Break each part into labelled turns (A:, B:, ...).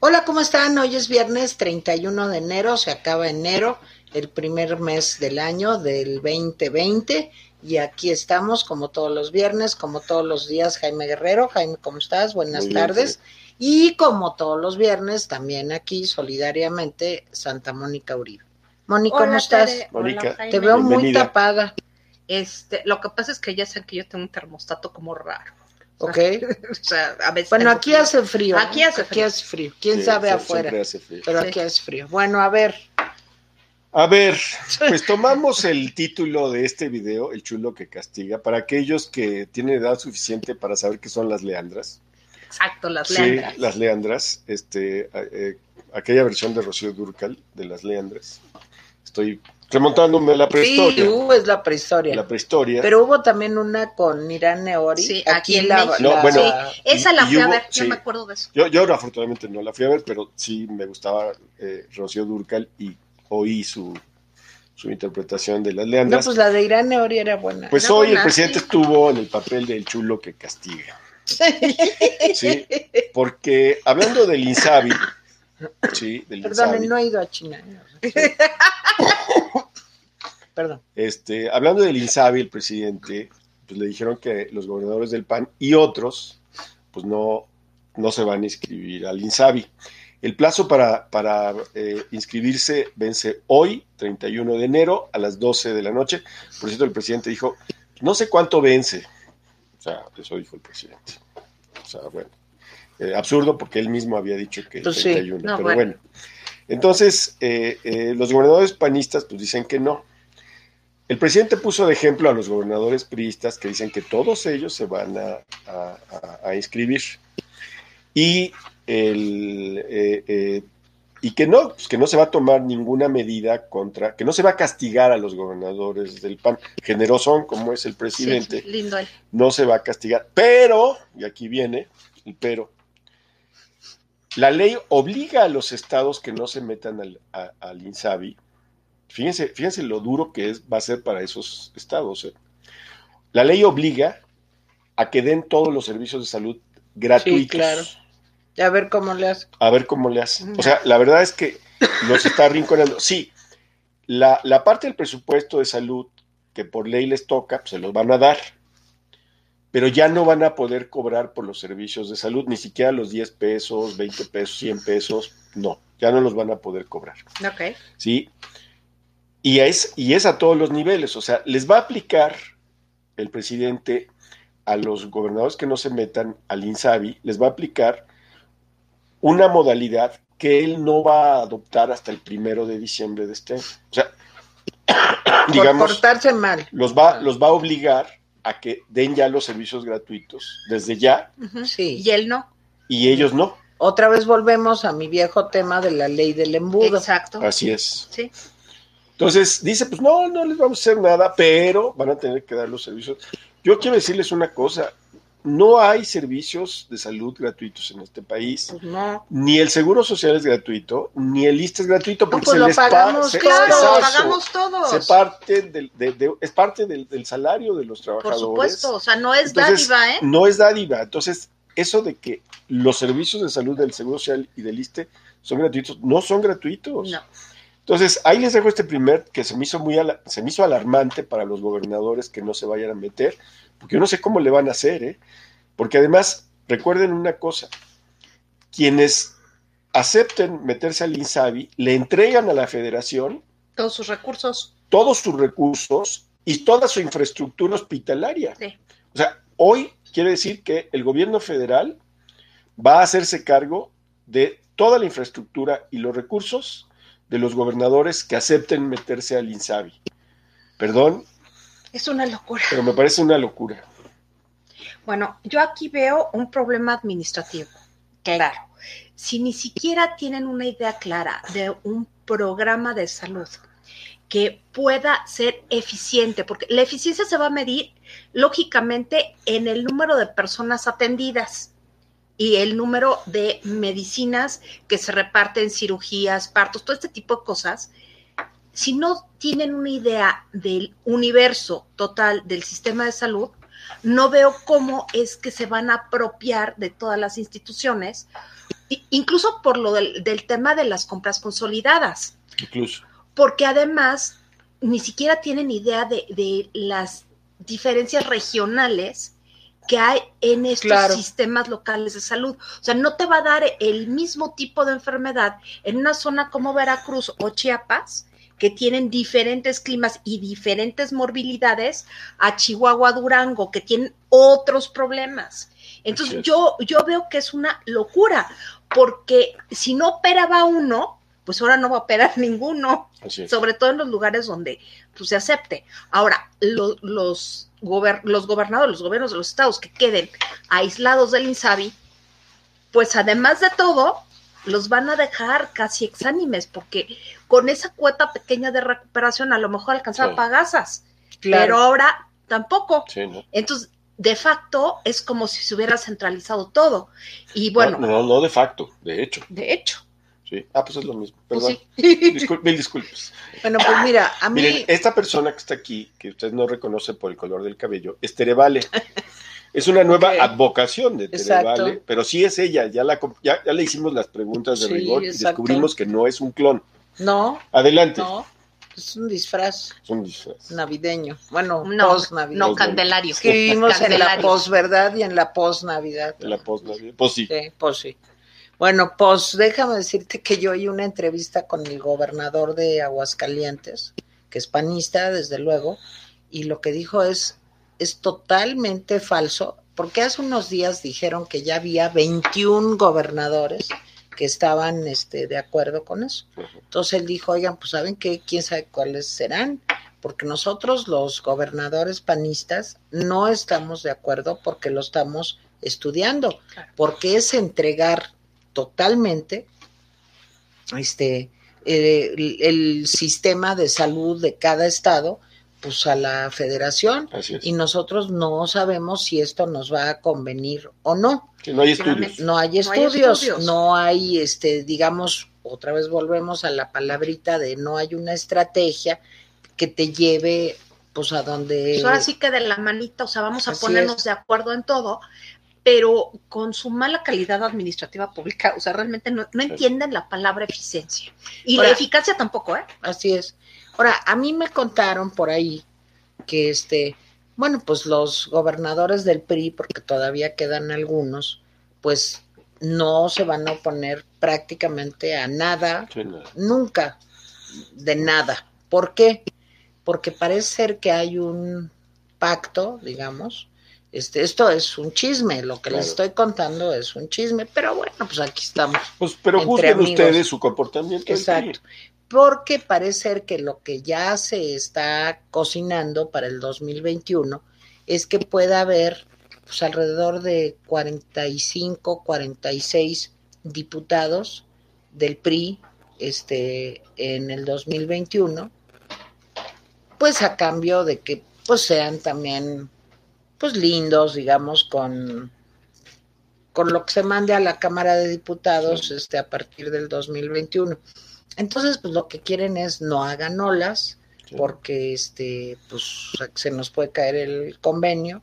A: Hola, ¿cómo están? Hoy es viernes 31 de enero, se acaba enero, el primer mes del año del 2020 y aquí estamos como todos los viernes, como todos los días, Jaime Guerrero. Jaime, ¿cómo estás? Buenas
B: Muy bien,
A: tardes. Y como todos los viernes, también aquí solidariamente, Santa Mónica Uribe. Mónica, ¿cómo
C: Hola,
A: estás?
C: Tere.
B: Mónica,
C: Hola, Jaime.
A: Te veo muy
B: Bienvenida.
A: tapada,
C: Este, lo que pasa es que ya saben que yo tengo un termostato como raro.
A: ¿ok?
C: O sea, a veces
A: Bueno,
C: tengo
A: aquí
C: frío.
A: hace frío. ¿no?
C: Ah, Aquí hace frío.
A: frío. ¿Quién
B: Sí,
A: sabe
B: sí,
A: afuera?
B: siempre hace frío.
A: Pero
C: Sí.
A: aquí hace frío. Bueno, a ver,
B: A ver, pues tomamos el título de este video, El chulo que castiga, para aquellos que tienen edad suficiente para saber qué son las leandras.
C: Exacto, las
B: Sí,
C: leandras.
B: las leandras, este, a- eh, aquella versión de Rocío Durcal de las leandras. Estoy remontándome a la
A: sí,
B: prehistoria.
A: hubo es la prehistoria.
B: la prehistoria.
A: Pero hubo también una con Irán Neori.
C: Sí,
A: aquí,
C: aquí en
A: la,
C: México.
B: No,
A: la-
B: bueno,
C: Sí, esa
B: y-
C: la
B: y
C: fui a
B: hubo-
C: ver,
B: sí.
C: yo me acuerdo de eso.
B: Yo, yo afortunadamente no la fui a ver, pero sí me gustaba eh, Rocío Durcal y oí su, su interpretación de las
A: no,
B: leandras.
A: pues la de Irán Neori era buena.
B: Pues
C: No,
B: hoy el
C: nazi.
B: presidente estuvo en el papel del chulo que castiga. Sí, porque hablando del Insabi, sí, del
A: Perdón,
B: Insabi,
A: no he ido a China. Perdón.
B: este, hablando del Insabi, el presidente, pues le dijeron que los gobernadores del PAN y otros, pues no, no se van a inscribir al Insabi. El plazo para, para eh, inscribirse vence hoy, 31 de enero, a las 12 de la noche. Por cierto, el presidente dijo, no sé cuánto vence. O sea, eso dijo el presidente. O sea, bueno, eh, absurdo porque él mismo había dicho que el
A: Pues sí,
B: 31,
C: no,
B: pero
C: bueno.
B: bueno. Entonces, eh, eh, los gobernadores panistas pues dicen que no. El presidente puso de ejemplo a los gobernadores priistas que dicen que todos ellos se van a, a- a- a inscribir. Y el, eh, eh, y que no, pues que no se va a tomar ninguna medida contra, que no se va a castigar a los gobernadores del PAN, generoso como es el
C: Sí,
B: presidente,
C: lindo él.
B: no se va a castigar, pero, y aquí viene el pero, la ley obliga a los estados que no se metan al, a- al INSABI, fíjense, fíjense lo duro que es, va a ser para esos estados, ¿eh? la ley obliga a que den todos los servicios de salud gratuitos.
A: Sí, claro. A ver cómo le hace.
B: A ver cómo le hacen. O sea, la verdad es que los está arrinconando. Sí, la, la parte del presupuesto de salud que por ley les toca, pues se los van a dar. Pero ya no van a poder cobrar por los servicios de salud, ni siquiera los 10 pesos, 20 pesos, 100 pesos. No, ya no los van a poder cobrar.
C: Ok.
B: ¿sí? Y es, y es a todos los niveles, o sea, les va a aplicar el presidente a los gobernadores que no se metan al INSABI, les va a aplicar una modalidad que él no va a adoptar hasta el primero de diciembre de este año. O sea,
A: Por
B: digamos,
A: portarse mal.
B: los va, los va a obligar a que den ya los servicios gratuitos desde ya
C: Ujú.
A: Sí.
C: Y él no.
B: y ellos no.
A: Otra vez volvemos a mi viejo tema de la ley del embudo.
C: Exacto.
B: Así es.
C: Sí.
B: Entonces dice, pues no, no les vamos a hacer nada, pero van a tener que dar los servicios. Yo quiero decirles una cosa, no hay servicios de salud gratuitos en este país.
C: Pues no.
B: Ni el Seguro Social es gratuito, ni el ISSSTE E es gratuito, porque
A: pues
B: se
A: lo
B: les pa-
A: pagamos,
B: se-
A: claro,
C: Claro,
B: exacto,
C: lo pagamos todos.
B: se parten del- de- de- es parte del, del salario de los
C: Por
B: trabajadores.
C: supuesto, o sea, no es
B: Entonces,
C: dádiva, ¿eh?
B: No es dádiva. Entonces, eso de que los servicios de salud del Seguro Social y del ISSSTE E son gratuitos, no son gratuitos.
C: No.
B: Entonces, ahí les dejo este primer que se me hizo muy ala- se me hizo alarmante para los gobernadores que no se vayan a meter, porque yo no sé cómo le van a hacer, ¿eh? Porque además, recuerden una cosa, quienes acepten meterse al INSABI le entregan a la federación
C: Todos sus recursos.
B: todos sus recursos y toda su infraestructura hospitalaria.
C: Sí.
B: O sea, hoy quiere decir que el gobierno federal va a hacerse cargo de toda la infraestructura y los recursos de los gobernadores que acepten meterse al INSABI. Perdón,
C: Es una locura.
B: pero me parece una locura.
C: Bueno, yo aquí veo un problema administrativo. Claro. Si ni siquiera tienen una idea clara de un programa de salud que pueda ser eficiente, porque la eficiencia se va a medir lógicamente en el número de personas atendidas y el número de medicinas que se reparten, cirugías, partos, todo este tipo de cosas. Si no tienen una idea del universo total del sistema de salud, no veo cómo es que se van a apropiar de todas las instituciones incluso por lo del, del tema de las compras consolidadas,
B: Incluso.
C: porque además ni siquiera tienen idea de, de las diferencias regionales que hay en estos
A: Claro.
C: sistemas locales de salud. O sea, no te va a dar el mismo tipo de enfermedad en una zona como Veracruz o Chiapas, que tienen diferentes climas y diferentes morbilidades, a Chihuahua, Durango, que tienen otros problemas.
B: Así
C: Entonces,
B: es.
C: yo, yo veo que es una locura, porque si no operaba uno, pues ahora no va a operar ninguno
B: Así es.
C: sobre todo en los lugares donde pues, se acepte. Ahora, lo- los, gober- los gobernadores, los gobiernos de los estados que queden aislados del INSABI, pues además de todo, los van a dejar casi exánimes, porque con esa cuota pequeña de recuperación a lo mejor alcanzaba
B: Sí.
C: pagasas, pero
A: Claro,
C: ahora tampoco.
B: Sí, ¿no?
C: Entonces, de facto, es como si se hubiera centralizado todo. Y bueno,
B: no, no, no de facto, de hecho.
C: de hecho,
B: Sí. Ah, pues es lo mismo.
C: pues
B: Perdón.
C: sí.
B: Discul- mil disculpas.
A: bueno, pues mira, a mí
B: Miren, eh, esta persona que está aquí, que usted no reconoce por el color del cabello, es Terevale. Es una nueva
A: Ok.
B: advocación de
A: Exacto.
B: Terevale, pero sí es ella. Ya, la, com- ya, ya le hicimos las preguntas de
A: Sí,
B: rigor y
A: exacto.
B: descubrimos que no es un clon.
A: no,
B: Adelante.
A: no, es un disfraz
B: Es un disfraz.
A: navideño, bueno,
C: no,
A: post-navideño.
B: Los
C: no,
B: dos.
C: Candelario.
A: Es que vivimos en la
C: Candelario.
A: posverdad y en la posnavidad.
B: En la post Pues sí.
A: Sí, pues sí. Bueno, pues déjame decirte que yo oí una entrevista con el gobernador de Aguascalientes, que es panista, desde luego, y lo que dijo es, es totalmente falso, porque hace unos días dijeron que ya había 21 gobernadores que estaban este, de acuerdo con eso. Entonces él dijo, oigan, pues saben qué, quién sabe cuáles serán, porque nosotros los gobernadores panistas no estamos de acuerdo porque lo estamos estudiando,
C: Claro.
A: porque es entregar totalmente este eh, el, el sistema de salud de cada estado pues a la federación
B: Así es.
A: y nosotros no sabemos si esto nos va a convenir o no.
B: Que no hay estudios.
A: No hay
C: No hay
A: estudios,
C: estudios.
A: no hay, este, digamos, otra vez volvemos a la palabrita de no hay una estrategia que te lleve, pues, a donde.
C: Pues
B: Eh,
C: ahora sí que de la manita, o sea, vamos a
A: Así
C: ponernos
A: es.
C: de acuerdo en todo, pero con su mala calidad administrativa pública, o sea, realmente no, no entienden la palabra eficiencia. Y
A: Ahora-
C: la eficacia tampoco, ¿eh?
A: Así es. Ahora, a mí me contaron por ahí que, este, bueno, pues los gobernadores del PRI, porque todavía quedan algunos, pues no se van a oponer prácticamente a nada
B: Sí, no.
A: nunca de nada. ¿Por qué? Porque parece ser que hay un pacto, digamos. Este, esto es un chisme, lo que les
B: Claro.
A: estoy contando es un chisme, pero bueno, pues aquí estamos.
B: Pues, pero
A: Entre
B: juzguen
A: amigos.
B: ustedes su comportamiento. del
A: Exacto. Porque parece ser que lo que ya se está cocinando para el 2021 es que pueda haber pues, alrededor de 45, 46 diputados del PRI este, en el 2021, pues a cambio de que pues, sean también pues lindos, digamos, con, con lo que se mande a la Cámara de Diputados
B: Sí.
A: este, a partir del 2021. Entonces, pues lo que quieren es no hagan olas,
B: PRI.
A: porque este, pues se nos puede caer el convenio.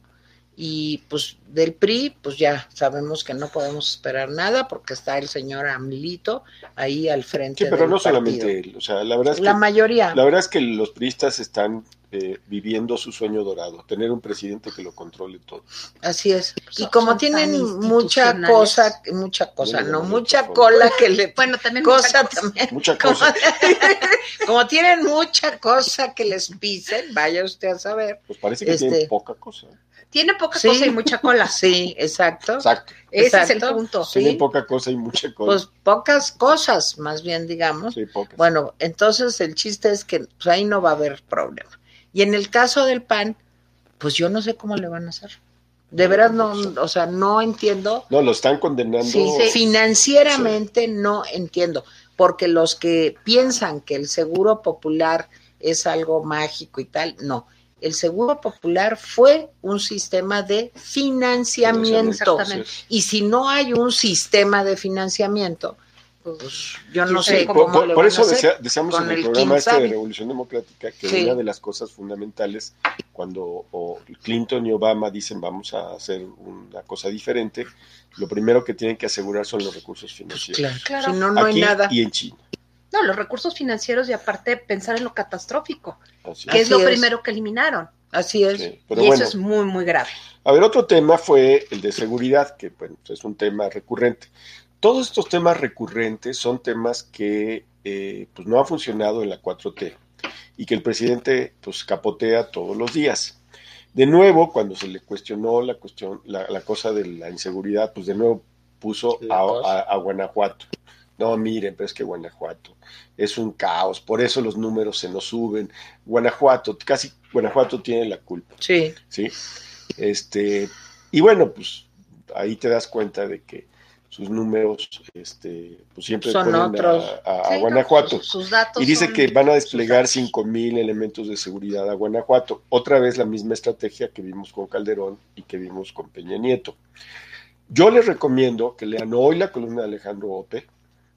A: Y pues del PRI, pues ya sabemos que no podemos esperar nada porque está el señor Amlito ahí al frente.
B: Sí, pero
A: del
B: no
A: partido.
B: solamente él. O sea, la verdad es que
A: La mayoría.
B: La verdad es que los priistas están eh, viviendo su sueño dorado, tener un presidente que lo controle todo.
A: Así es.
C: Pues
A: Y
C: son-
A: como
C: son
A: tienen
C: tan
A: mucha
C: institucionales.
A: cosa, mucha cosa,
B: Bueno,
A: no,
B: bueno,
A: mucha
B: por favor.
A: cola que le
C: Bueno, también
A: cosa
C: mucha cosa.
A: también.
B: Mucha
A: Como,
B: cosa,
A: como tienen mucha cosa que les pisen, vaya usted a saber.
B: pues parece que
A: Este-
B: tienen poca cosa.
C: tiene poca
A: Sí.
C: cosa y mucha cola.
A: Sí, exacto.
B: Exacto.
C: Ese es el
A: Exacto.
C: punto.
A: Sí.
B: Tienen poca cosa y mucha cosa.
A: Pues pocas cosas, más bien digamos.
B: sí, poca.
A: Bueno, entonces el chiste es que pues, ahí no va a haber problema. Y en el caso del PAN, pues yo no sé cómo le van a hacer. De veras no, o sea, no entiendo
B: no, lo están condenando.
A: Sí,
C: sí.
A: financieramente no entiendo, porque los que piensan que el seguro popular es algo mágico y tal, no. El seguro popular fue un sistema de financiamiento.
C: Financiamiento.
B: Exactamente.
A: Y si no hay un sistema de financiamiento, Pues yo no sé
B: por,
A: cómo
B: por-
A: le
B: por
A: van
B: eso
A: a hacer
B: desea- deseamos
A: con
B: en el,
A: el
B: programa
A: quién
B: este de
A: sabe.
B: Revolución Democrática que
A: Sí.
B: una de las cosas fundamentales cuando o Clinton y Obama dicen vamos a hacer una cosa diferente, lo primero que tienen que asegurar son los recursos
A: Pues claro,
B: financieros.
C: Claro.
A: si no, no hay
B: Aquí
A: nada.
B: y en China.
C: No, los recursos financieros y aparte pensar en lo catastrófico,
B: Así
C: que es
A: Así
C: lo
A: es.
C: primero que eliminaron.
A: Así es.
B: Sí, pero
C: y
B: bueno.
C: eso es muy, muy grave.
B: A ver, otro tema fue el de seguridad, que bueno, pues, es un tema recurrente. Todos estos temas recurrentes son temas que eh, pues no han funcionado en la 4T y que el presidente pues capotea todos los días. De nuevo, cuando se le cuestionó la cuestión, la, la cosa de la inseguridad, pues de nuevo puso
A: La
B: a,
A: cosa.
B: a- a Guanajuato. No, miren, pero es que Guanajuato es un caos, por eso los números se nos suben. Guanajuato, casi Guanajuato tiene la culpa.
A: Sí,
B: ¿sí? Este, y bueno, pues ahí te das cuenta de que sus números este, pues siempre
A: Son
B: ponen a-
A: otros.
B: a, a
C: Sí, no,
B: Guanajuato.
C: Sus, sus datos
B: Y dice
C: son-
B: que van a desplegar 5.000 elementos de seguridad a Guanajuato. Otra vez la misma estrategia que vimos con Calderón y que vimos con Peña Nieto. Yo les recomiendo que lean hoy la columna de Alejandro Ope,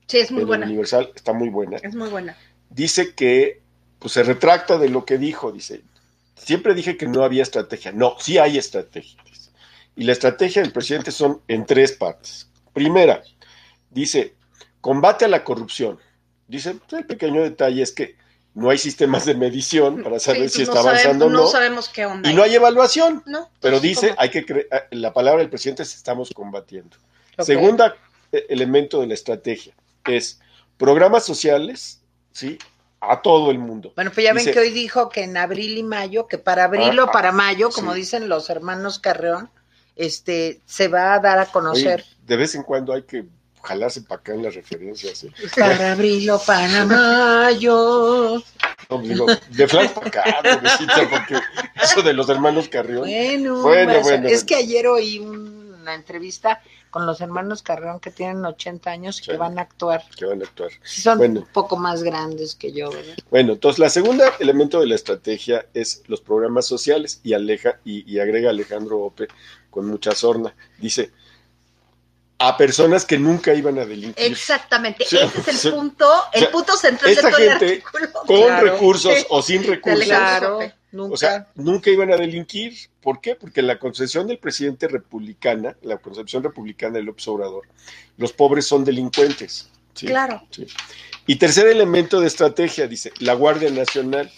C: Sí, es muy
B: en el
C: buena.
B: Universal, está muy buena
C: Es muy buena.
B: dice que pues, se retracta de lo que dijo, dice. Siempre dije que no había estrategia. No, sí hay estrategia. dice. Y la estrategia del presidente son en tres partes. Primera, dice, combate a la corrupción. Dice, pues, el pequeño detalle es que no hay sistemas de medición para saber
C: Sí,
B: si
C: pues
B: está avanzando
C: sabemos, no
B: o no.
C: sabemos qué onda.
B: Y no hay evaluación.
C: No,
B: Pero
C: pues,
B: dice,
C: ¿cómo?
B: hay que cre- eh, la palabra del presidente es estamos combatiendo.
A: ok.
B: Segunda eh, elemento de la estrategia es programas sociales, ¿sí? A todo el mundo.
A: Bueno, pues ya ven
B: Dice-
A: que hoy dijo que en abril y mayo, que para abril o
B: Ajá,
A: para mayo, como
B: sí.
A: dicen los hermanos Carreón, este, se va a dar a conocer.
B: Oye, de vez en cuando hay que jalarse para acá en las referencias. ¿eh?
A: Para abril o para mayo.
B: No, digo, de flash para acá, pobrecita, porque eso de los hermanos Carrión.
A: Bueno, un
B: Bueno,
A: abrazo.
B: bueno,
A: es
B: bueno.
A: que ayer oí una entrevista con los hermanos Carreón que tienen 80 años y
B: Sí.
A: que van a actuar.
B: que van a actuar.
A: Sí, Son
B: Bueno.
A: un poco más grandes que yo, ¿verdad?
B: Bueno, entonces la segunda elemento de la estrategia es los programas sociales y aleja y, y agrega Alejandro Ope con mucha sorna. Dice a personas que nunca iban a delinquir
C: Exactamente,
B: Sí,
C: ese es el
B: sí.
C: punto, el
B: sea,
C: punto central de
B: esta
C: todo el
B: gente
C: artículo.
B: con
A: Claro.
B: recursos
C: Sí.
B: o sin recursos.
A: Claro,
C: Ope.
A: nunca.
B: O sea, nunca iban a delinquir. ¿Por qué? Porque la concepción del presidente republicana, la concepción republicana del López Obrador, los pobres son delincuentes. ¿sí?
C: Claro.
B: Sí. Y tercer elemento de estrategia, dice, la Guardia Nacional.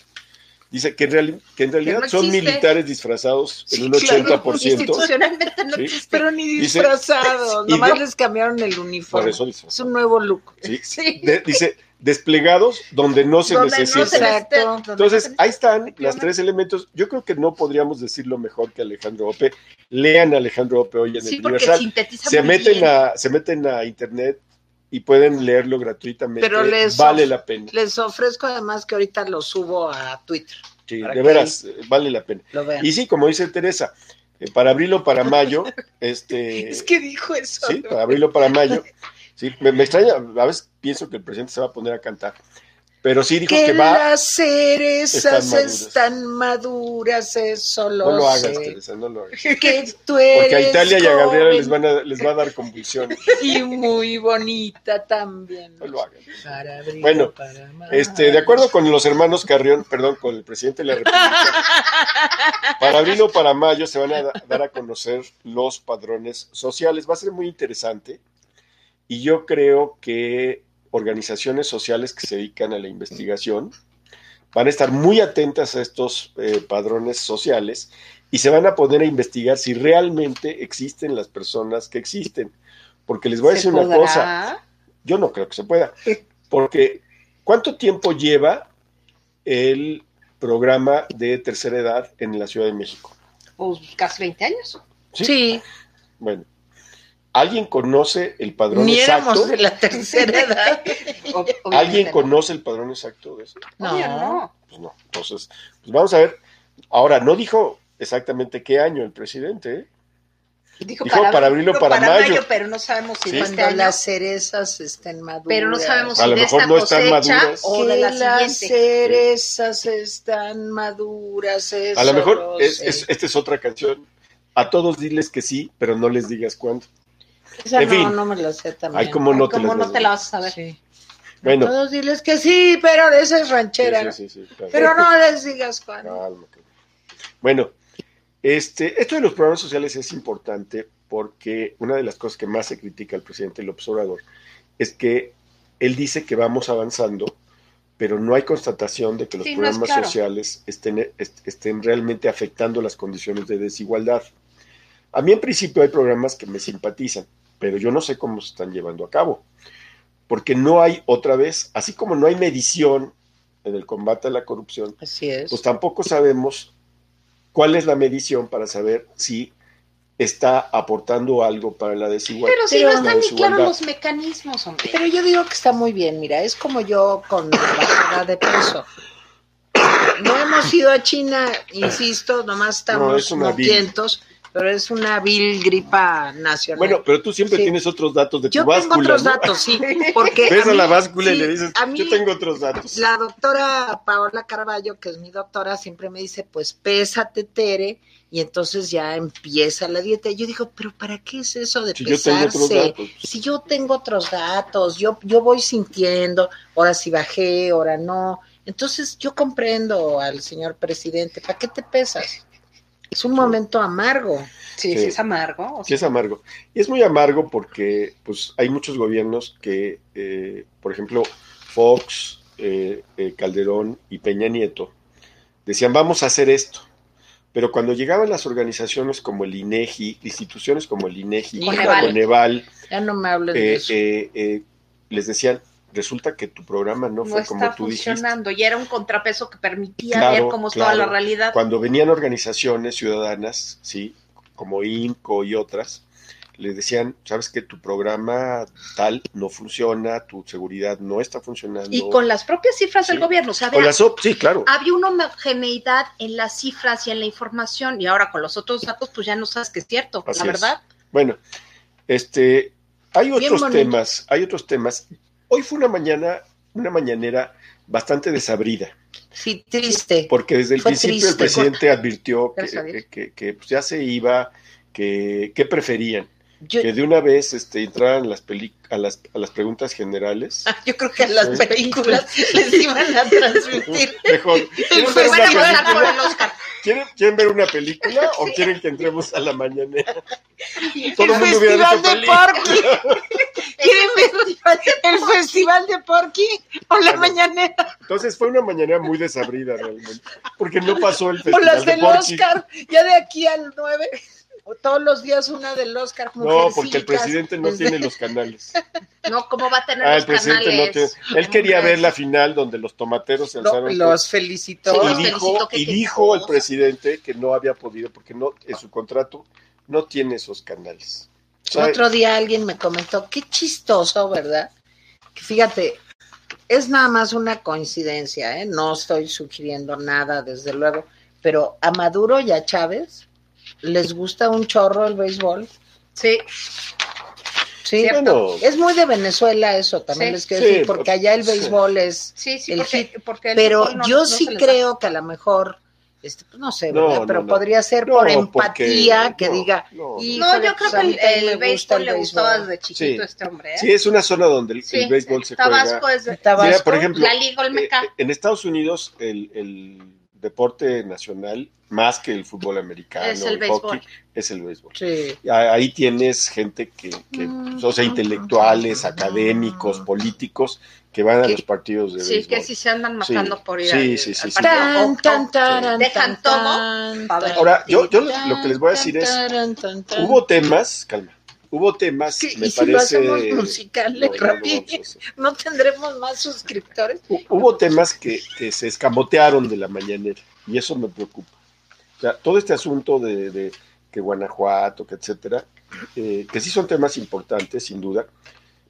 B: Dice que en, reali- que en realidad
C: no
B: son
C: existe.
B: militares disfrazados en
A: Sí,
B: un
A: claro,
B: 80%.
C: Institucionalmente no
B: Sí.
C: existe.
A: pero ni
B: dice-
A: disfrazados,
B: y
A: nomás
B: de-
A: les cambiaron el
B: Por
A: uniforme.
B: eso dice.
A: Es un nuevo look.
B: ¿sí?
C: Sí.
B: De- dice, desplegados donde no se
C: Donde no
B: necesita.
C: se necesita,
A: Exacto.
C: donde no se
B: Entonces,
C: necesita.
B: ahí están las tres elementos. Yo creo que no podríamos decirlo mejor que Alejandro Ope. Lean a Alejandro Ope hoy en
C: Sí,
B: el
C: porque
B: Universal.
C: sintetiza
B: se
C: muy
B: meten
C: bien.
B: a se meten a internet y pueden leerlo gratuitamente
A: Pero les-
B: vale la pena
A: Les ofrezco además que ahorita lo subo a Twitter.
B: Sí,
A: para
B: de
A: que
B: veras eh, vale la pena
A: Lo vean.
B: y sí como dice Teresa eh, para abril o para mayo este
A: es que dijo eso.
B: sí para abril o para mayo sí me, me extraña a veces pienso que el presidente se va a poner a cantar pero sí dijo
A: que
B: que va
A: las cerezas
B: están maduras.
A: están maduras, eso lo,
B: no lo
A: sé.
B: hagas Teresa no lo hagas
A: Que tú
B: porque a
A: eres
B: Italia y a Gabriela
A: joven
B: les van a les va a dar convulsiones
A: y muy bonita también.
B: no lo hagan
A: Para abril,
B: Bueno,
A: para mayo.
B: Este, de acuerdo con los hermanos Carrión, perdón, con el presidente de la República, para abril o para mayo se van a da- dar a conocer los padrones sociales. Va a ser muy interesante y yo creo que organizaciones sociales que se dedican a la investigación van a estar muy atentas a estos eh, padrones sociales y se van a poner a investigar si realmente existen las personas que existen. Porque les voy a
C: ¿Se
B: decir una
C: podrá?
B: cosa, yo no creo que se pueda.
A: Eh.
B: Porque, ¿cuánto tiempo lleva el programa de tercera edad en la Ciudad de México?
C: Pues, casi 20 años.
A: Sí,
B: Bueno, ¿alguien conoce el padrón
A: ni
B: exacto?
A: éramos de la tercera edad.
C: Ob- obviamente
B: ¿Alguien
C: no.
B: conoce el padrón exacto de eso?
A: No.
C: Obvio, no.
B: Pues no. Entonces, pues vamos a ver. Ahora, no dijo exactamente qué año el presidente. ¿eh?
C: Dijo,
B: Dijo para abril o
C: dijo
B: para mayo.
C: pero no sabemos si
B: Sí.
C: de este
A: Cuando
C: año,
A: las cerezas estén maduras.
C: pero no sabemos
B: A
C: si
B: lo
C: de
B: mejor
C: esta
B: no están
C: cosecha
B: maduras.
C: o de
A: que
C: la
A: las
C: siguiente.
A: cerezas están maduras. eso
B: A lo mejor, es-
A: sé.
B: es- esta es otra canción. A todos diles que sí, pero no les digas cuándo.
A: Esa
B: En
A: no,
B: fin.
A: no me la sé también.
B: Ay, cómo no te
C: ¿Cómo
B: las
C: no
B: vas a
C: te
B: ver?
C: la vas a saber?
A: Sí.
B: Bueno,
A: Todos diles que sí, pero esa es
B: sí,
A: ranchera.
B: sí, sí, sí, claro.
A: Pero no les digas cuál.
B: Cálmate. Bueno, este, esto de los programas sociales es importante porque una de las cosas que más se critica al presidente López Obrador es que él dice que vamos avanzando, pero no hay constatación de que los
C: Sí, no es
B: programas
C: claro.
B: sociales estén, est- estén realmente afectando las condiciones de desigualdad. A mí en principio hay programas que me simpatizan, pero yo no sé cómo se están llevando a cabo, porque no hay otra vez, así como no hay medición en el combate a la corrupción,
A: Así es.
B: pues tampoco sabemos cuál es la medición para saber si está aportando algo para la desigualdad.
C: Pero si
A: Pero
C: no están
B: la
C: ni claros
B: desigualdad.
C: los mecanismos, hombre.
A: Pero yo digo que está muy bien, mira, es como yo con la bajada de peso. No hemos ido a China, insisto, nomás
B: No,
A: estamos
B: es una vil.
A: moquientos, pero es una vil gripa nacional.
B: Bueno, pero tú siempre
A: Sí.
B: tienes otros datos de
A: yo
B: tu báscula.
A: tengo otros
B: ¿no?
A: datos, sí, porque
B: Ves
A: a
B: a la
A: mí-
B: báscula y
A: sí,
B: le dices,
A: a mí
B: yo tengo otros datos.
A: La doctora Paola Carballo, que es mi doctora, siempre me dice, pues pésate, Tere, y entonces ya empieza la dieta. Y Yo digo, pero ¿para qué es eso de
B: Si yo tengo
A: pesarse?
B: otros datos. pues,
A: si yo tengo otros datos, yo, yo voy sintiendo, ahora sí bajé, ahora no. Entonces yo comprendo al señor presidente, ¿para qué te pesas? Es un momento amargo.
C: sí, sí,
B: sí.
C: es amargo. o
B: Sí,
C: sea,
B: es amargo. Y es muy amargo porque pues, hay muchos gobiernos que, eh, por ejemplo, Fox, eh, eh, Calderón y Peña Nieto, decían, vamos a hacer esto. Pero cuando llegaban las organizaciones como el INEGI, instituciones como el INEGI,
A: Coneval.
B: la Coneval,
A: Ya no me hables de
B: eh,
A: eso.
B: eh, eh, les decían, resulta que tu programa no,
C: no,
B: fue como
C: está
B: tú dijiste.
C: funcionando y era un contrapeso que permitía
B: Claro,
C: ver cómo estaba
B: claro.
C: la realidad.
B: cuando venían organizaciones ciudadanas, ¿sí? como INCO y otras, les decían, sabes que tu programa tal no funciona, tu seguridad no está funcionando.
C: Y con las propias cifras del
B: Sí.
C: gobierno. O sea,
B: Con
C: vea,
B: las op- sí, claro.
A: Ah.
C: había una homogeneidad en las cifras y en la información y ahora con los otros datos pues ya no sabes que es cierto,
B: Así
C: la
B: es.
C: verdad.
B: Bueno, este, hay otros
A: bonito.
B: temas, hay otros temas. Hoy fue una mañana, una mañanera bastante desabrida.
A: Sí, triste.
B: Porque desde el
A: Fue
B: principio el
A: triste,
B: presidente advirtió que,
A: Gracias a Dios.
B: que- que- que, pues, ya se iba, que, que preferían,
A: Yo,
B: que de una vez este, entraran las peli- a, las, a las preguntas generales.
A: Ah, yo creo que a las
B: Sí.
A: películas les iban a transmitir. pues
B: Mejor, ¿quieren ver,
A: Fue
B: una
A: buena
B: película?
A: por el Oscar.
B: ¿Quieren- quieren ver una película o quieren que entremos a la mañanera? Todo
A: el
B: el mundo hubiera
A: Festival
B: dicho
A: de
B: película.
A: Porky. ¿Quieren ver el Festival de Porky o la
B: Bueno.
A: mañanera?
B: Entonces fue una mañanera muy desabrida realmente, porque no pasó el
A: O
B: festival
A: las
B: de
A: del
B: Porky.
A: Oscar, ya de aquí al 9, o todos los días una del Oscar.
B: No, porque el
A: mujercitas,
B: presidente no
A: desde-
B: tiene los canales.
C: No, ¿cómo va a tener
B: Ah, el
C: los
B: presidente no tiene.
C: canales?
B: Él quería ver la final donde los tomateros se
A: No,
B: alzaron. con-
A: los felicitó.
C: Sí,
B: y
C: los
B: dijo,
C: felicito, que
B: y
C: qué
B: dijo el
C: cosa.
B: presidente que no había podido, porque no en su contrato no tiene esos canales. O sea,
A: Otro día alguien me comentó, qué chistoso, ¿verdad? Que fíjate, es nada más una coincidencia, ¿eh? No estoy sugiriendo nada, desde luego, pero a Maduro y a Chávez les gusta un chorro el béisbol.
C: Sí,
A: Sí,
B: Bueno.
A: es muy de Venezuela eso, también
C: Sí.
A: les quiero
B: Sí,
A: decir, porque allá el
B: sí.
A: béisbol es
C: sí, sí,
A: El
C: porque,
A: hit.
C: porque el
A: pero
C: fútbol no-
A: yo
C: no
A: sí
C: se les da.
A: creo que a lo mejor, este, pues, no sé,
B: No,
A: ¿verdad?
B: no,
A: pero
B: no.
A: podría ser
B: no,
A: por
B: porque-
A: empatía que
B: no,
A: diga.
B: no.
A: y-
C: No,
A: Híjole,
C: yo creo
A: pues, a mí
C: que
A: también
C: el,
A: me
C: el
A: gusta
C: béisbol
A: el
C: le gustaba
A: béisbol.
C: desde chiquito
B: Sí.
C: a este hombre. ¿eh?
B: Sí, es una zona donde el,
C: Sí,
B: el béisbol se
C: Tabasco
B: juega.
C: es de-
A: Tabasco,
B: Mira, por ejemplo,
C: la Liga Olmeca.
B: eh, en Estados Unidos el, el deporte nacional, más que el fútbol americano,
C: Es el béisbol.
B: hockey, es el béisbol.
A: Sí.
B: A- Ahí tienes gente que, que, pues, o sea, intelectuales, académicos, políticos, que van a
C: Que-
B: los partidos de
C: sí,
B: béisbol.
C: que si se andan matando
B: Sí,
C: por ir
B: sí,
C: al-
B: sí, sí,
C: al
B: sí.
C: partido.
A: Tan,
C: O-
A: tan,
C: o-
A: taran,
C: Dejan
A: tan,
C: todo
A: tan,
C: pa' ver.
B: Ahora, yo, yo
A: tan,
B: lo que les voy a decir es,
A: taran, tan, tan.
B: Hubo temas, calma, hubo temas,
A: Sí,
B: me
A: y si lo
B: parece.
A: hacemos
B: No,
A: musicales,
B: no lo
A: Rafi,
B: vamos a hacer.
A: no tendremos más suscriptores.
B: Hu- Hubo temas que, que se escamotearon de la mañanera y eso me preocupa. O sea, todo este asunto de, de que Guanajuato, que etcétera, eh, que sí son temas importantes, sin duda,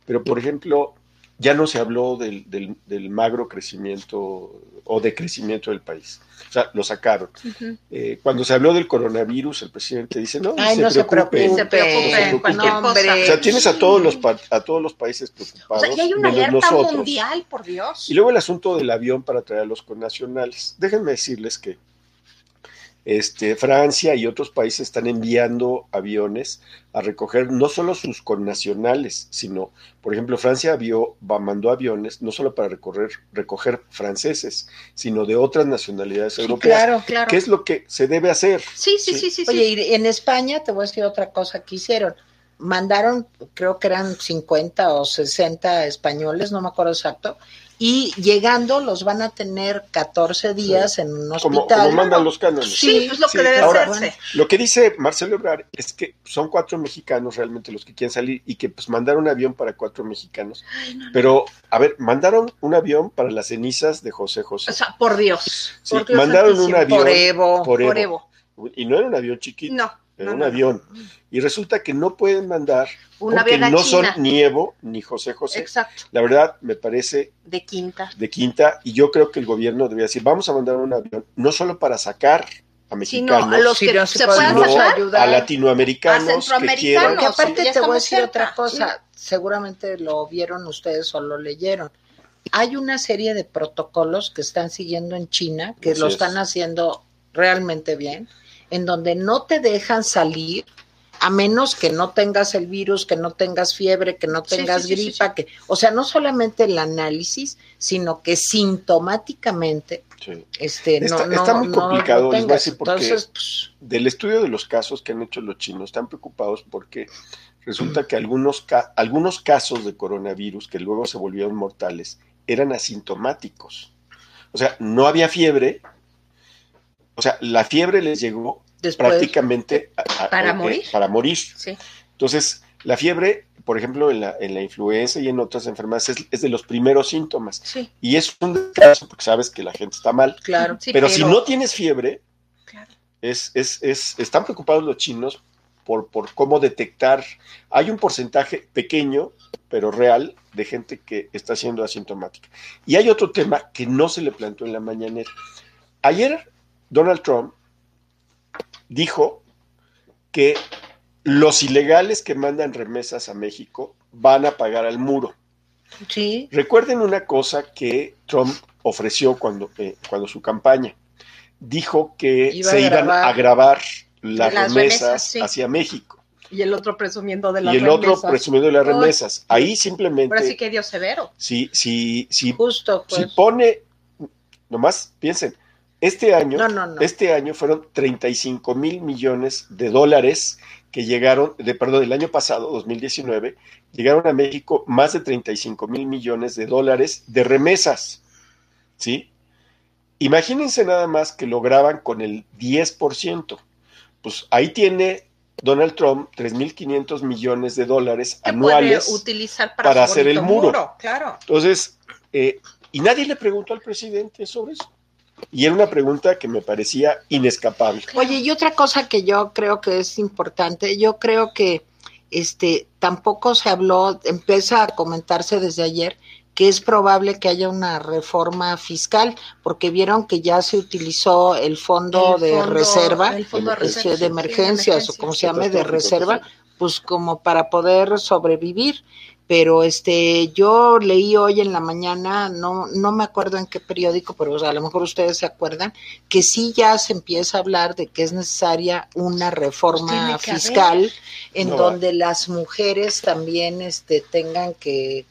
B: pero por ejemplo, ya no se habló del, del- del magro crecimiento o de crecimiento del país. O sea, lo sacaron.
C: Ujú.
B: Eh, cuando se habló del coronavirus, el presidente dice, no,
A: Ay,
B: se
A: no se
B: preocupen.
A: preocupen.
C: Se preocupen,
B: cualquier
A: No, hombre.
C: cosa.
B: O sea, tienes a todos los pa- a todos los países
C: O
B: preocupados.
C: sea, y hay una
B: menos
C: alerta
B: nosotros.
C: mundial, por Dios.
B: Y luego el asunto del avión para traer a los connacionales. Déjenme decirles que Este, Francia y otros países están enviando aviones a recoger no solo sus connacionales, sino, por ejemplo, Francia vio, mandó aviones no solo para recorrer, recoger franceses, sino de otras nacionalidades
A: Sí,
B: europeas.
A: claro, claro.
B: ¿Qué es lo que se debe hacer?
C: Ah, Sí, sí, sí, sí. sí.
A: Oye, y en España te voy a decir otra cosa que hicieron. Mandaron, creo que eran 50 o 60 españoles, no me acuerdo exacto, y llegando los van a tener 14 días en un
B: Como,
A: hospital.
B: como mandan los cánones.
A: Sí, pues
C: Sí, es lo
B: sí,
C: que debe
B: ahora-
C: hacerse.
B: Lo que dice Marcelo Ebrard es que son cuatro mexicanos realmente los que quieren salir y que pues mandaron un avión para cuatro mexicanos. Pero, a ver, mandaron un avión para las cenizas de José José.
C: O sea, por Dios.
B: Sí,
C: por Dios
B: mandaron
C: santísimo.
B: un avión
A: por Evo.
B: por
C: Por
B: Evo.
C: Evo.
B: Y no era un avión chiquito,
C: No.
B: era
C: no,
B: un
C: no, no.
B: avión. Y resulta que no pueden mandar
C: Un
B: porque
C: avión a
B: no
C: China.
B: son ni Evo ni José José.
C: Exacto.
B: La verdad, me parece
C: De quinta.
B: de quinta y yo creo que el gobierno debería decir, vamos a mandar un avión, no solo para sacar a
C: Sí, no,
B: mexicanos,
C: a los
A: Sí,
C: que
A: no se
C: se
A: puede
C: puedan
B: sino
A: no.
C: salvar.
A: ayudar
B: a latinoamericanos
C: a
B: que quieran.
A: Porque
C: centroamericanos.
A: aparte te
C: sí, ya
A: voy a
C: estamos
A: decir otra
C: cerca.
A: cosa, seguramente lo vieron ustedes o lo leyeron. Hay una serie de protocolos que están siguiendo en China, que
B: Así
A: lo
B: es.
A: están haciendo realmente bien, en donde no te dejan salir a menos que no tengas el virus, que no tengas fiebre, que no
C: Sí,
A: tengas
C: sí, sí, sí,
A: gripa, que, o sea, no solamente el análisis, sino que sintomáticamente,
B: Sí.
A: este, no-
B: Está-
A: no,
B: está muy
A: no lo
B: complicado, les voy a
A: tengas.
B: decir por qué.
A: Entonces, pues,
B: Del estudio de los casos que han hecho los chinos, están preocupados porque resulta que algunos, ca- algunos casos de coronavirus que luego se volvieron mortales eran asintomáticos. O sea, no había fiebre. O sea, la fiebre les llegó
A: después,
B: prácticamente a- a-
C: Pues, ¿Para
B: eh,
C: morir?
B: para morir.
C: Sí.
B: Entonces, la fiebre, por ejemplo, en la, en la influenza y en otras enfermedades, es- es de los primeros síntomas.
C: Sí,
B: Y es un descanso porque sabes que la gente está mal.
A: claro.
C: sí,
B: pero, si no tienes fiebre,
C: Claro.
B: es, es, es- están preocupados los chinos por, por cómo detectar. Hay un porcentaje pequeño, pero real, de gente que está siendo asintomática. Y hay otro tema que no se le planteó en la mañanera. Ayer Donald Trump dijo que los ilegales que mandan remesas a México van a pagar al muro.
A: Sí,
B: Recuerden una cosa que Trump ofreció cuando, eh, cuando su campaña. Dijo que
A: Iba a
B: se iban
A: grabar
B: a grabar las, remesas,
C: Las remesas, sí.
B: hacia México.
C: Y el otro presumiendo de
B: Y
C: la
B: el otro presumiendo de las
C: Ay.
B: remesas. Ahí simplemente,
C: Ahora sí que Dios severo.
B: si, si, si,
A: justo,
B: si
A: pues.
B: pone, nomás piensen, este año,
A: No, no, no.
B: este año fueron 35 mil millones de dólares que llegaron, de, perdón, el año pasado, 2019, llegaron a México más de 35 mil millones de dólares de remesas. ¿Sí? Imagínense nada más que lograban con el 10%. Pues ahí tiene Donald Trump 3.500 millones de dólares
C: Que
B: anuales.
C: puede utilizar para,
B: para
C: su
B: hacer el
C: bonito
B: muro.
C: Claro.
B: Entonces, eh, y nadie le preguntó al presidente sobre eso. Y era una pregunta que me parecía inescapable.
A: Oye, y otra cosa que yo creo que es importante, yo creo que este tampoco se habló, empieza a comentarse desde ayer que es probable que haya una reforma fiscal, porque vieron que ya se utilizó el fondo
C: El
A: de
C: fondo-
A: reserva,
C: el fondo de
B: Este,
A: este,
C: reserva, sí,
A: de emergencias o como se llame, de reserva, pues como para poder sobrevivir. Pero este, yo leí hoy en la mañana, no, no me acuerdo en qué periódico, pero o sea, a lo mejor ustedes se acuerdan, que sí ya se empieza a hablar de que es necesaria una reforma
C: Pues tiene que
A: fiscal en
B: No va.
A: donde las mujeres también este, tengan que,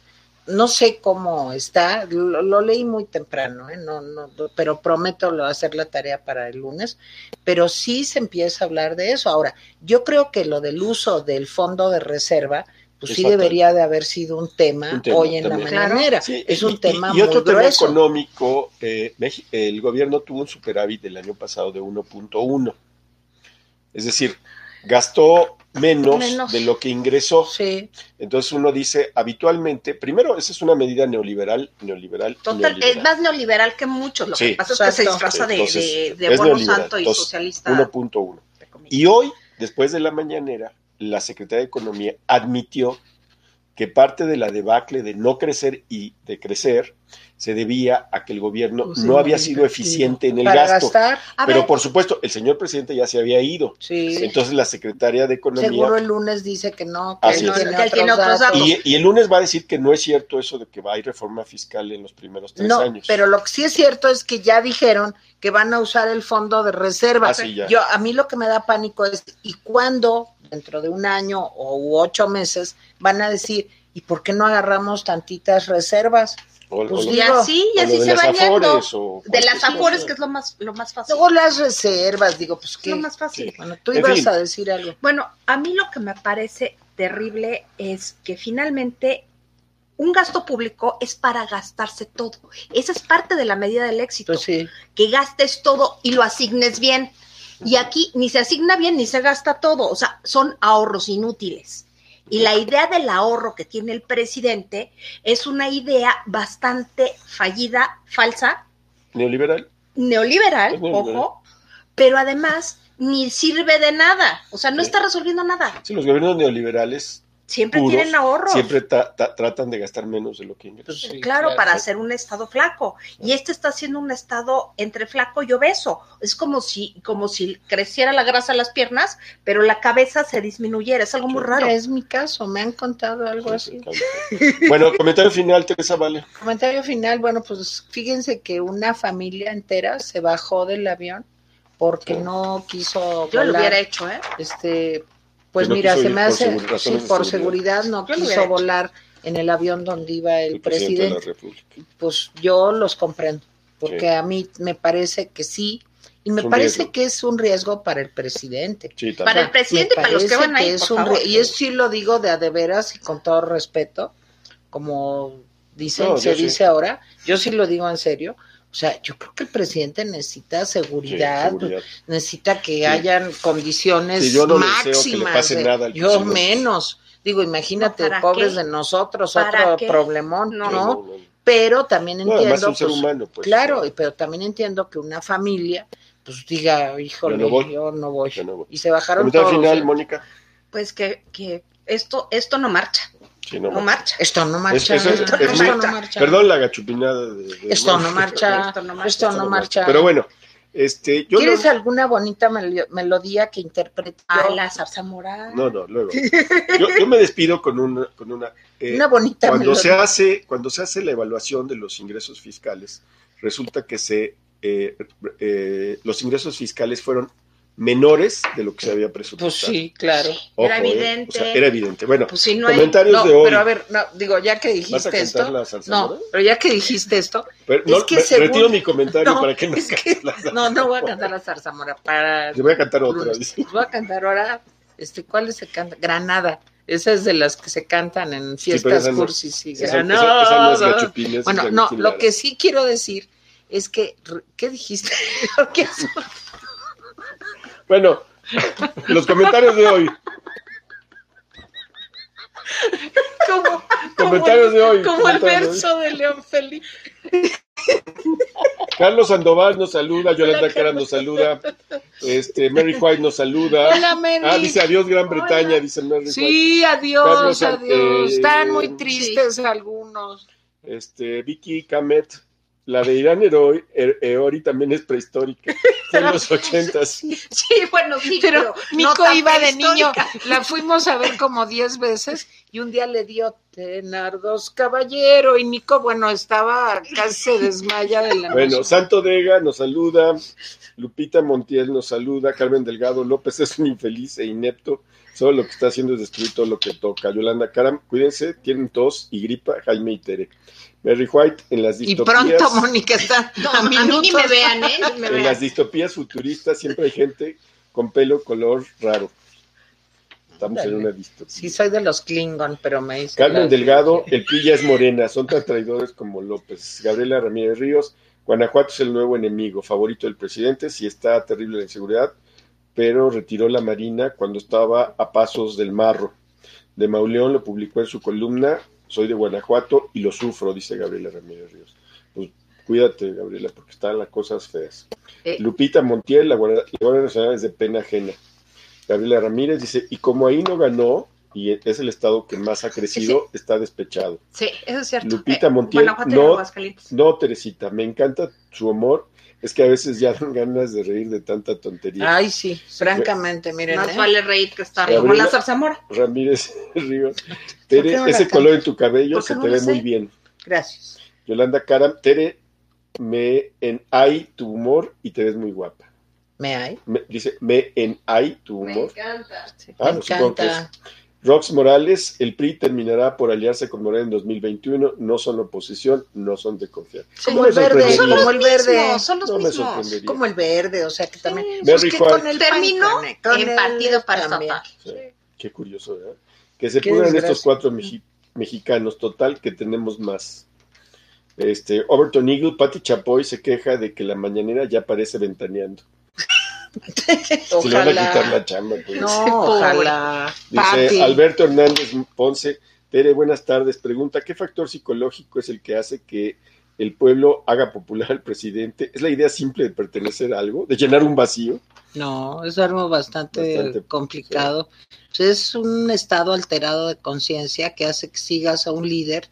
A: no sé cómo está, lo, lo leí muy temprano, ¿eh? no, no, pero prometo lo- hacer la tarea para el lunes, pero sí se empieza a hablar de eso. Ahora, yo creo que lo del uso del fondo de reserva, pues sí
B: Exacto.
A: debería de haber sido un tema,
B: Un tema
A: hoy en
B: también.
A: la
C: Claro.
A: mañanera.
B: Sí,
A: es
B: y-
A: un
B: y-
A: tema
B: y, otro
A: muy
B: tema
A: grueso.
B: económico. eh, Mex- el gobierno tuvo un superávit el año pasado de 1.1. Es decir, gastó menos,
C: Menos.
B: de lo que ingresó.
A: Sí,
B: Entonces uno dice habitualmente, primero, esa es una medida neoliberal, neoliberal,
C: Total,
B: neoliberal.
C: es más neoliberal que muchos. Lo
B: Sí.
C: que pasa es que se
A: Exacto.
C: disfraza de,
B: Entonces,
C: de, de
B: es
C: bono
B: neoliberal.
C: santo y
B: Entonces,
C: socialista.
B: 1.1.
C: entre comillas.
B: Y hoy, después de la mañanera, la secretaria de Economía admitió que parte de la debacle de no crecer y de crecer se debía a que el gobierno
A: Pues sí,
B: no había
A: sí,
B: sido eficiente en el
A: Para
B: gasto.
A: gastar,
C: A
B: Pero
C: ver,
B: por supuesto, el señor presidente ya se había ido.
A: sí.
B: Entonces la secretaria de Economía...
A: Seguro el lunes dice que no, que
B: Así
A: él
B: es.
A: tiene,
C: Que él tiene
A: otros
C: otros
A: datos.
C: datos.
B: Y, y el lunes va a decir que no es cierto eso de que va a hay reforma fiscal en los primeros tres
A: No,
B: años.
A: pero lo que sí es cierto es que ya dijeron que van a usar el fondo de reserva.
B: Ah, sí, ya.
A: Yo a mí lo que me da pánico es y cuándo dentro de un año o u ocho meses van a decir y por qué no agarramos tantitas reservas.
B: O- o
A: pues
B: lo-
C: y
A: digo,
C: así, y
B: o lo
C: así
B: de
C: se
B: las
C: va yendo.
B: Afores, o
C: De las
B: cualquier
C: afores,
B: cosa.
C: que es lo más, lo más fácil.
A: Luego las reservas, digo, pues
C: Es lo
A: que
C: más fácil.
A: bueno, tú
B: En
A: ibas
B: fin.
A: a decir algo.
C: Bueno, a mí lo que me parece terrible es que finalmente un gasto público es para gastarse todo. Esa es parte de la medida del éxito,
A: Pues sí.
C: que gastes todo y lo asignes bien. Y aquí ni se asigna bien ni se gasta todo, o sea, son ahorros inútiles. Y la idea del ahorro que tiene el presidente es una idea bastante fallida, falsa,
B: Neoliberal.
C: neoliberal,
B: Es neoliberal.
C: ojo, pero además ni sirve de nada, o sea, no
B: Sí.
C: está resolviendo nada.
B: Sí, los gobiernos neoliberales
C: Siempre
B: puros,
C: tienen ahorros.
B: siempre tra- tra- tratan de gastar menos de lo que ingresan.
A: Pues sí,
C: claro, para
B: sí.
C: hacer un estado flaco. Y este está siendo un estado entre flaco y obeso. Es como si, como si creciera la grasa a las piernas, pero la cabeza se disminuyera. Es algo muy raro.
A: Es mi caso, me han contado algo así.
B: bueno, comentario final, Teresa Vale.
A: Comentario final, bueno, pues fíjense que una familia entera se bajó del avión porque
B: Sí.
A: no quiso
C: Yo lo
A: volar.
C: hubiera hecho, ¿eh?
A: Este, pues
B: no
A: mira,
B: quiso
A: se
B: ir
A: me
B: por
A: hace
B: seguro- razones
A: sí,
B: de
A: por
B: seguridad.
A: seguridad no
C: Yo lo hubiera
A: quiso
C: hecho.
A: volar en el avión donde iba el,
B: presidente de
A: presidente.
B: la República.
A: Pues yo los comprendo, porque
B: Sí.
A: a mí me parece que sí y me
B: Es un
A: parece
B: riesgo.
A: que es un riesgo para el presidente.
B: Sí, también.
C: Para el presidente y
A: Me
C: para los que
A: parece
C: van ahí,
A: es
C: por
A: un
C: favor.
A: re- Y eso sí lo digo de a de veras y con todo respeto, como dicen,
B: No, yo
A: se
B: sí.
A: dice ahora, yo sí lo digo en serio. O sea, yo creo que el presidente necesita
B: Sí,
A: seguridad,
B: seguridad.
A: necesita que hayan condiciones
B: Sí, yo no le deseo que le
A: máximas.
B: pase
A: de-
B: nada al
A: yo
B: presidente.
A: menos. Digo, imagínate,
C: No, ¿para
A: pobres
C: qué?
A: de nosotros,
C: ¿Para
A: otro
C: qué?
A: problemón, ¿no?
C: No.
B: No, no, no.
A: Pero también
B: No,
A: entiendo.
B: además es un ser
A: pues,
B: humano, pues.
A: Claro, y- pero también entiendo que una familia, pues diga, híjole,
B: Yo no voy.
A: yo no voy.
B: Yo no voy.
A: Y se bajaron
B: Comentario
A: todos. ¿eh?
B: final, Mónica.
C: Pues que, que esto, esto no marcha,
B: Sí, no,
C: no, marcha.
A: Esto no marcha. ¿eh?
B: Es- es-
A: esto,
C: es-
A: esto
C: es-
A: no marcha.
B: Perdón la gachupinada de, de
A: Esto no
B: Mónica,
A: marcha.
C: Esto
A: Esto no
C: no marcha.
A: marcha.
B: pero- Pero bueno, este, yo
A: ¿Quieres
B: no-
A: alguna bonita melo- melodía que interprete?
C: A
A: yo?
C: Ah, la zarzamora.
B: No, no, luego. Yo, yo me despido con una, con una, eh,
A: Una bonita
B: cuando se
A: melodía.
B: hace, cuando se hace la evaluación de los ingresos fiscales, resulta que se eh, eh, los ingresos fiscales fueron menores de lo que se había presupuestado.
A: Pues sí, claro.
C: Era
B: eh,
C: evidente.
B: o sea, era evidente. Bueno,
C: Pues si no hay.
B: comentarios
A: No,
B: de hoy.
A: pero a ver, no, digo, ya que
B: ¿Vas a
A: dijiste
B: cantar
A: esto.
B: la salsa?
A: No, pero ya que dijiste esto,
B: Pero,
A: es
B: no,
A: que
B: re-
A: según-
B: retiro mi comentario
A: No,
B: para que no
A: es
B: cantes
A: que-
B: la salsa.
A: no, no voy a cantar la zarzamora para
B: Yo voy a cantar otra.
A: lunes. Voy a cantar ahora, este, ¿cuáles se canta? Granada. Esa es de las que se cantan en fiestas
B: esa no-
A: cursis. sí,
B: Esa- esa-
A: Granada.
B: esa no es gachupina, esa
A: Bueno,
B: es
A: no,
B: gachupinada.
A: lo que sí quiero decir es que, ¿qué dijiste? ¿Qué es-
B: Bueno, los comentarios de hoy.
A: como,
B: Comentarios
A: como,
B: de hoy,
A: Como el
B: comentarios de
A: verso de León Felipe.
B: Carlos Sandoval nos saluda, Yolanda
A: Hola,
B: Cara nos saluda, este, Mary White nos saluda.
A: Hola, Mary.
B: Ah, dice adiós Gran Bretaña,
A: Hola.
B: dice Mary White.
A: Sí, adiós,
B: Carlos,
A: adiós.
B: eh,
A: Están muy tristes algunos.
B: Este, Vicky Kamet, la de Irán Eroi- Er- Eori también es prehistórica, fue en los ochentas.
C: Sí, bueno, sí,
A: Pero
C: pero.
A: Mico
C: no
A: iba de niño,
C: histórica.
A: la fuimos a ver como diez veces y un día le dio Tenardos Caballero y Mico, bueno, estaba casi se desmaya de la
B: Bueno,
A: emoción.
B: Santo Dega nos saluda, Lupita Montiel nos saluda, Carmen Delgado López es un infeliz e inepto, solo lo que está haciendo es destruir todo lo que toca. Yolanda Cara, cuídense, tienen tos y gripa, Jaime y Tere. Mary White en las
A: y
B: distopías.
A: pronto Mónica está
C: No,
A: a,
C: a mí ni me
A: minutos.
C: vean, ¿eh? Ni me
B: En
C: vean.
B: las distopías futuristas siempre hay gente con pelo color raro. Estamos en
A: Ándale.
B: una distopía.
A: Sí, soy de los Klingon, pero me hice
B: Carmen
A: la-
B: Delgado, el Pilla es morena, son tan traidores como López. Gabriela Ramírez Ríos, Guanajuato es el nuevo enemigo, favorito del presidente, si está terrible la inseguridad, pero retiró la Marina cuando estaba a pasos del marro. De Mauleón lo publicó en su columna, soy de Guanajuato y lo sufro, dice Gabriela Ramírez Ríos. Pues cuídate, Gabriela, porque están las cosas feas.
A: Eh.
B: Lupita Montiel, la Guardia, la Guardia Nacional es de pena ajena. Gabriela Ramírez dice, y como ahí no ganó, y es el estado que más ha crecido,
C: Sí.
B: está despechado.
C: Sí, eso es cierto.
B: Lupita
C: Eh,
B: Montiel,
C: Guanajuato y
B: no-
C: Aguascalientes.
B: No, Teresita, me encanta su humor. Es que a veces ya dan ganas de reír de tanta
C: Ah.
B: tontería.
A: Ay, sí,
B: pues.
A: francamente, miren.
C: Más
A: ¿eh?
C: vale reír que estar
B: Gabriela-
C: como la zarzamora.
B: Ramírez Ríos. Tere,
A: qué no la
B: ese
A: canta?
B: color en tu cabello
C: ¿Por qué
B: se
C: no
B: te
C: lo
B: ve
C: sé?
B: muy bien.
A: Gracias.
B: Yolanda Karam, Tere, me en hay tu humor y te ves muy guapa.
A: ¿Me hay?
B: Me- dice, me en hay tu humor.
C: encanta.
B: Ah,
A: Me
B: pues supongo que es.
A: encanta.
B: Rox Morales, el PRI terminará por aliarse con Morena en 2021. No son oposición, no son de confiar.
A: Como el
B: me
A: verde,
B: sorprendería?
A: como el verde.
C: Son los
B: No me
C: mismos.
B: sorprendería.
A: Como el verde, o sea que también.
C: Sí,
B: Berry
A: que
B: White.
A: con el
C: Terminó
A: pan, con
C: en
A: el
C: partido para
A: también.
C: escapar.
B: Sí. Qué curioso, ¿verdad? Que se
A: Qué
B: pudran
A: desgracia.
B: estos cuatro meji- mexicanos, total, que tenemos más. Este, Overton Eagle, Patty Chapoy se queja de que la mañanera ya parece ventaneando. Se le van a quitar
A: Ojalá.
B: la chamba. pues.
A: No, ojalá.
B: Dice
A: Pati.
B: Alberto Hernández Ponce, Tere, buenas tardes. Pregunta, ¿qué factor psicológico es el que hace que el pueblo haga popular al presidente? ¿Es la idea simple de pertenecer a algo? ¿De llenar un vacío?
A: No, es algo bastante,
B: Bastante,
A: complicado. Pues Es un estado alterado de conciencia que hace que sigas a un líder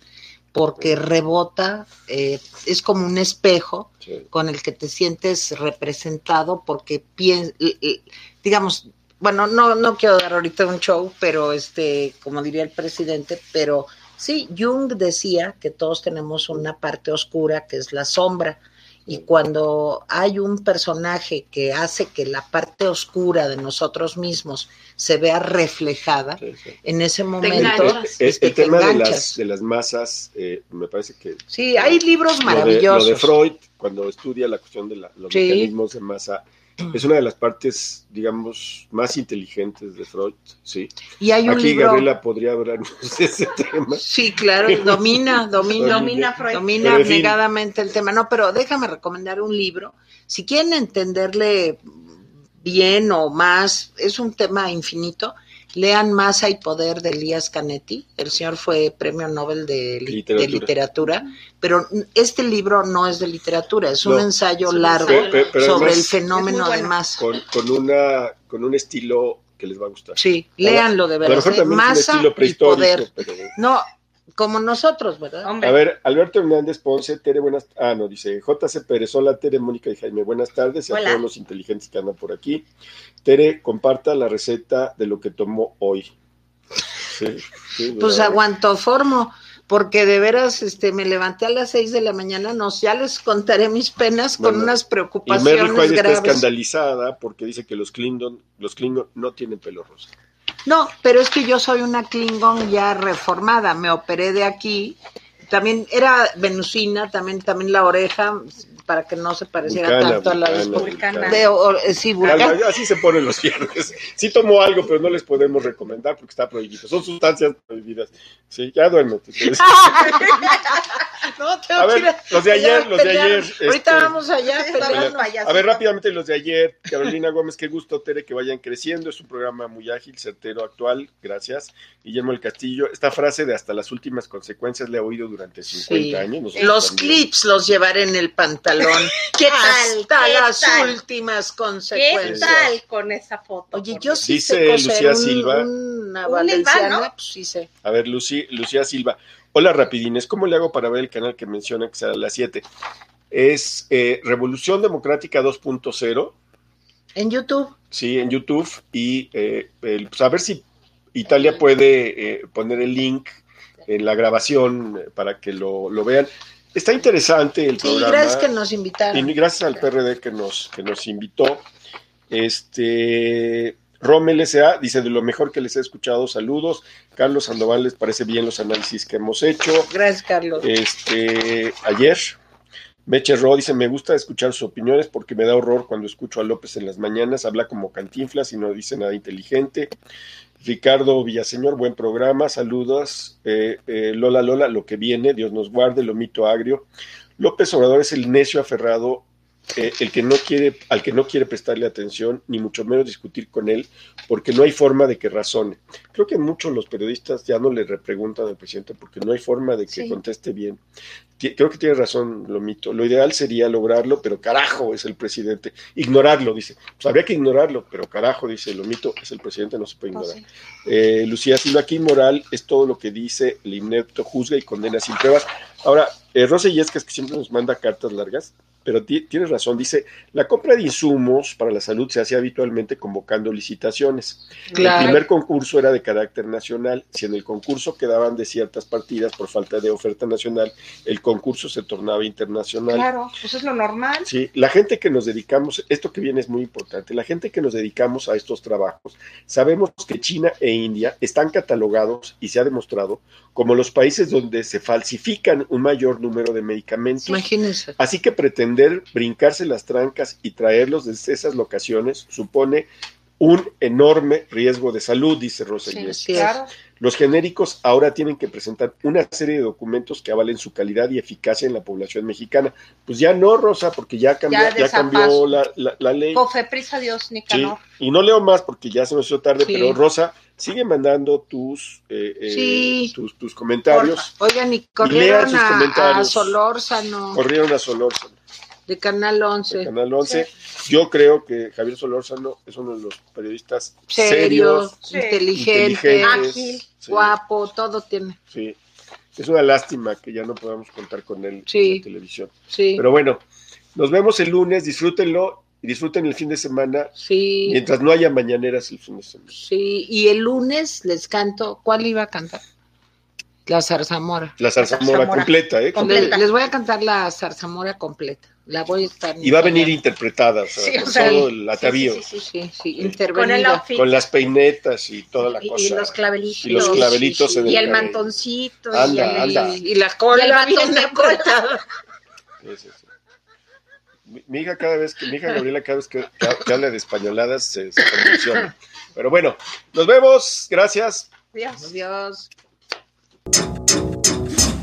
A: porque rebota, eh, es como un espejo
B: Sí.
A: con el que te sientes representado porque piens eh, eh, digamos, bueno, no, no quiero dar ahorita un show, pero este, como diría el presidente, pero sí, Jung decía que todos tenemos una parte oscura que es la sombra. Y cuando hay un personaje que hace que la parte oscura de nosotros mismos se vea reflejada,
B: Sí, sí.
A: en ese momento...
C: enganchas.
B: El- el-
A: este,
B: el
A: te
B: tema de las,
A: enganchas.
B: de las masas, eh, me parece que
A: Sí, hay libros
B: lo de, lo
A: maravillosos.
B: de Freud, cuando estudia la cuestión de la- los
A: Sí.
B: mecanismos de masa, es una de las partes, digamos, más inteligentes de Freud, ¿sí?
A: y hay un
B: Aquí
A: libro...
B: Gabriela podría hablarnos de ese tema.
A: Sí, claro, domina, domina.
C: Domina Freud.
A: domina
B: Pero, en fin.
A: abnegadamente el tema. No, pero déjame recomendar un libro. Si quieren entenderle bien o más, es un tema infinito. Lean Masa y Poder de Elías Canetti. El señor fue premio Nobel de, li- de
B: Literatura.
A: literatura, pero este libro no es de literatura, es un
B: No.
A: ensayo
C: Es un
A: largo
C: ensayo.
B: Pe- pe- pero
A: sobre
B: además,
A: el fenómeno
C: Es muy
A: de
C: bueno.
A: masa.
B: con, con una, con un estilo que les va a gustar.
A: Sí, léanlo de
B: A lo
A: verdad.
B: mejor
A: ¿eh?
B: también es un
A: Masa
B: estilo
A: y
B: prehistórico.
A: Poder.
B: pero-
A: No, como nosotros, ¿verdad?
C: Hombre,
B: A ver, Alberto Hernández Ponce, Tere, buenas Ah, no, dice JC Pérez, hola Tere, Mónica y Jaime, buenas tardes y a
C: Hola.
B: todos los inteligentes que andan por aquí. Tere, comparta la receta de lo que tomó hoy. Sí, sí,
A: Pues
B: la-
A: aguanto formo, porque de veras este, me levanté a las 6 de la mañana, no, ya les contaré mis penas con
B: Bueno,
A: unas
B: Y Mary
A: preocupaciones
B: White está
A: graves.
B: escandalizada porque dice que los Clinton, los Klingon no tienen pelo rosa.
A: No, pero es que yo soy una Klingon ya reformada, me operé de aquí, también era venusina, también, también la oreja, para que no se pareciera
B: Vulcana,
A: Pues, tanto a la
B: vulcana,
A: de-
C: vulcana.
A: de... o- eh, sí, vulcana.
B: Alma, Así se ponen los viernes. Sí tomó algo, pero no les podemos recomendar porque está prohibido. Son sustancias prohibidas. Sí, ya duérmete.
A: Ah, No, tengo
B: A
A: que
B: ver,
A: ir a-
B: los de ayer,
A: ya
B: los de
A: pelear.
B: ayer.
A: Ahorita
B: este,
A: vamos allá a
B: Vamos
A: pelearnos.
B: A ver, rápidamente los de ayer. Carolina Gómez, qué gusto, Tere, que vayan creciendo. Es un programa muy ágil, certero, actual. Gracias. Guillermo del Castillo, esta frase de hasta las últimas consecuencias la he oído durante 50
A: Sí.
B: años. nosotros
A: Los
B: también.
A: clips los llevaré en el pantalón.
C: ¿Qué tal?
A: Hasta
C: ¿Qué
A: las
C: tal?
A: últimas
C: ¿Qué
A: consecuencias.
C: tal con esa foto?
A: Oye,
C: por
A: yo
C: Dios?
A: sí
B: Dice
A: sé coser
B: Lucía
A: un-
B: Silva.
A: una
C: Un
A: valenciana,
C: hilván, ¿no?
A: pues sí sé.
B: A ver, Lucy- Lucía Silva. Hola, rapidines. ¿Cómo le hago para ver el canal que menciona que será a las 7? Es eh, Revolución Democrática 2.0.
A: En YouTube.
B: Sí, en YouTube. Y eh, el- pues, a ver si Italia puede eh, poner el link en la grabación eh, para que lo, lo vean. Está interesante el
A: Sí,
B: programa.
A: gracias que nos invitaron.
B: Y gracias al PRD que nos, que nos invitó. Este. Rommel S.A. dice de lo mejor que les he escuchado, saludos. Carlos Sandoval les parece bien los análisis que hemos hecho.
A: Gracias, Carlos.
B: Este, ayer, Meche Ro dice, me gusta escuchar sus opiniones porque me da horror cuando escucho a López en las mañanas, habla como cantinflas y no dice nada inteligente. Ricardo Villaseñor, buen programa, saludos. Eh, eh, Lola Lola, lo que viene, Dios nos guarde, lo mito agrio. López Obrador es el necio aferrado, eh, el que no quiere, al que no quiere prestarle atención, ni mucho menos discutir con él, porque no hay forma de que razone. Creo que muchos los periodistas ya no le repreguntan al presidente porque no hay forma de que
A: Sí.
B: conteste bien. creo que tiene razón Lomito. Lo ideal sería lograrlo, pero carajo, es el presidente. Ignorarlo, dice. Pues habría que ignorarlo, pero carajo, dice Lomito, es el presidente, no se puede ignorar. No, sí. eh, Lucía Silva, aquí moral es todo lo que dice el inepto, juzga y condena sin pruebas. Ahora, eh, Rosa Yescas, que siempre nos manda cartas largas, pero tienes razón, dice, la compra de insumos para la salud se hace habitualmente convocando licitaciones. Claro. El primer concurso era de carácter nacional. Si en el concurso quedaban de ciertas partidas por falta de oferta nacional, el concurso se tornaba internacional.
C: Claro, eso es lo normal.
B: Sí, la gente que nos dedicamos, esto que viene es muy importante, la gente que nos dedicamos a estos trabajos, sabemos que China e India están catalogados y se ha demostrado como los países donde se falsifican un mayor número de medicamentos.
A: Imagínense.
B: Así que pretender brincarse las trancas y traerlos desde esas locaciones supone un enorme riesgo de salud, dice Rosa sí, Inés.
C: Claro.
B: Los genéricos ahora tienen que presentar una serie de documentos que avalen su calidad y eficacia en la población mexicana. Pues ya no, Rosa, porque ya cambió, ya, ya cambió la, la, la, ley.
C: Cofeprisa Dios, Nicanor.
B: Sí. Y no leo más porque ya se nos hizo tarde, sí. pero Rosa, sigue mandando tus, eh, eh,
A: sí.
B: tus, tus, comentarios.
A: Porfa. Oigan, y corrieron y a, a, Solórzano.
B: Corrieron a Solórzano.
A: De Canal 11.
B: De Canal 11. Sí. Yo creo que Javier Solórzano es uno de los periodistas serios,
A: serios sí. inteligente, ágil, guapo, todo tiene.
B: Sí. Es una lástima que ya no podamos contar con él en televisión.
A: Sí.
B: Pero bueno, nos vemos el lunes, disfrútenlo y disfruten el fin de semana.
A: Sí.
B: Mientras no haya mañaneras el fin de semana.
A: Sí, y el lunes les canto, ¿cuál iba a cantar? La zarzamora.
B: La zarzamora, zarzamora. completa, ¿eh? Completa.
A: Les, les, voy a cantar la zarzamora completa. La voy a estar.
B: Y va a venir interpretada, sí, con o sea, todo el atavío.
A: Sí, sí, sí, sí intervenida.
B: Con, con, las peinetas y toda la cosa.
C: Y, y los clavelitos.
B: Y los clavelitos Ah,
C: en el, el mantoncito.
B: Anda, y, anda.
A: y, la cola. Y el mantón de cola.
B: mi hija cada vez que mi hija Gabriela cada vez que, que habla de españoladas se, se, condiciona. Pero bueno, nos vemos. Gracias.
A: Adiós. Adiós.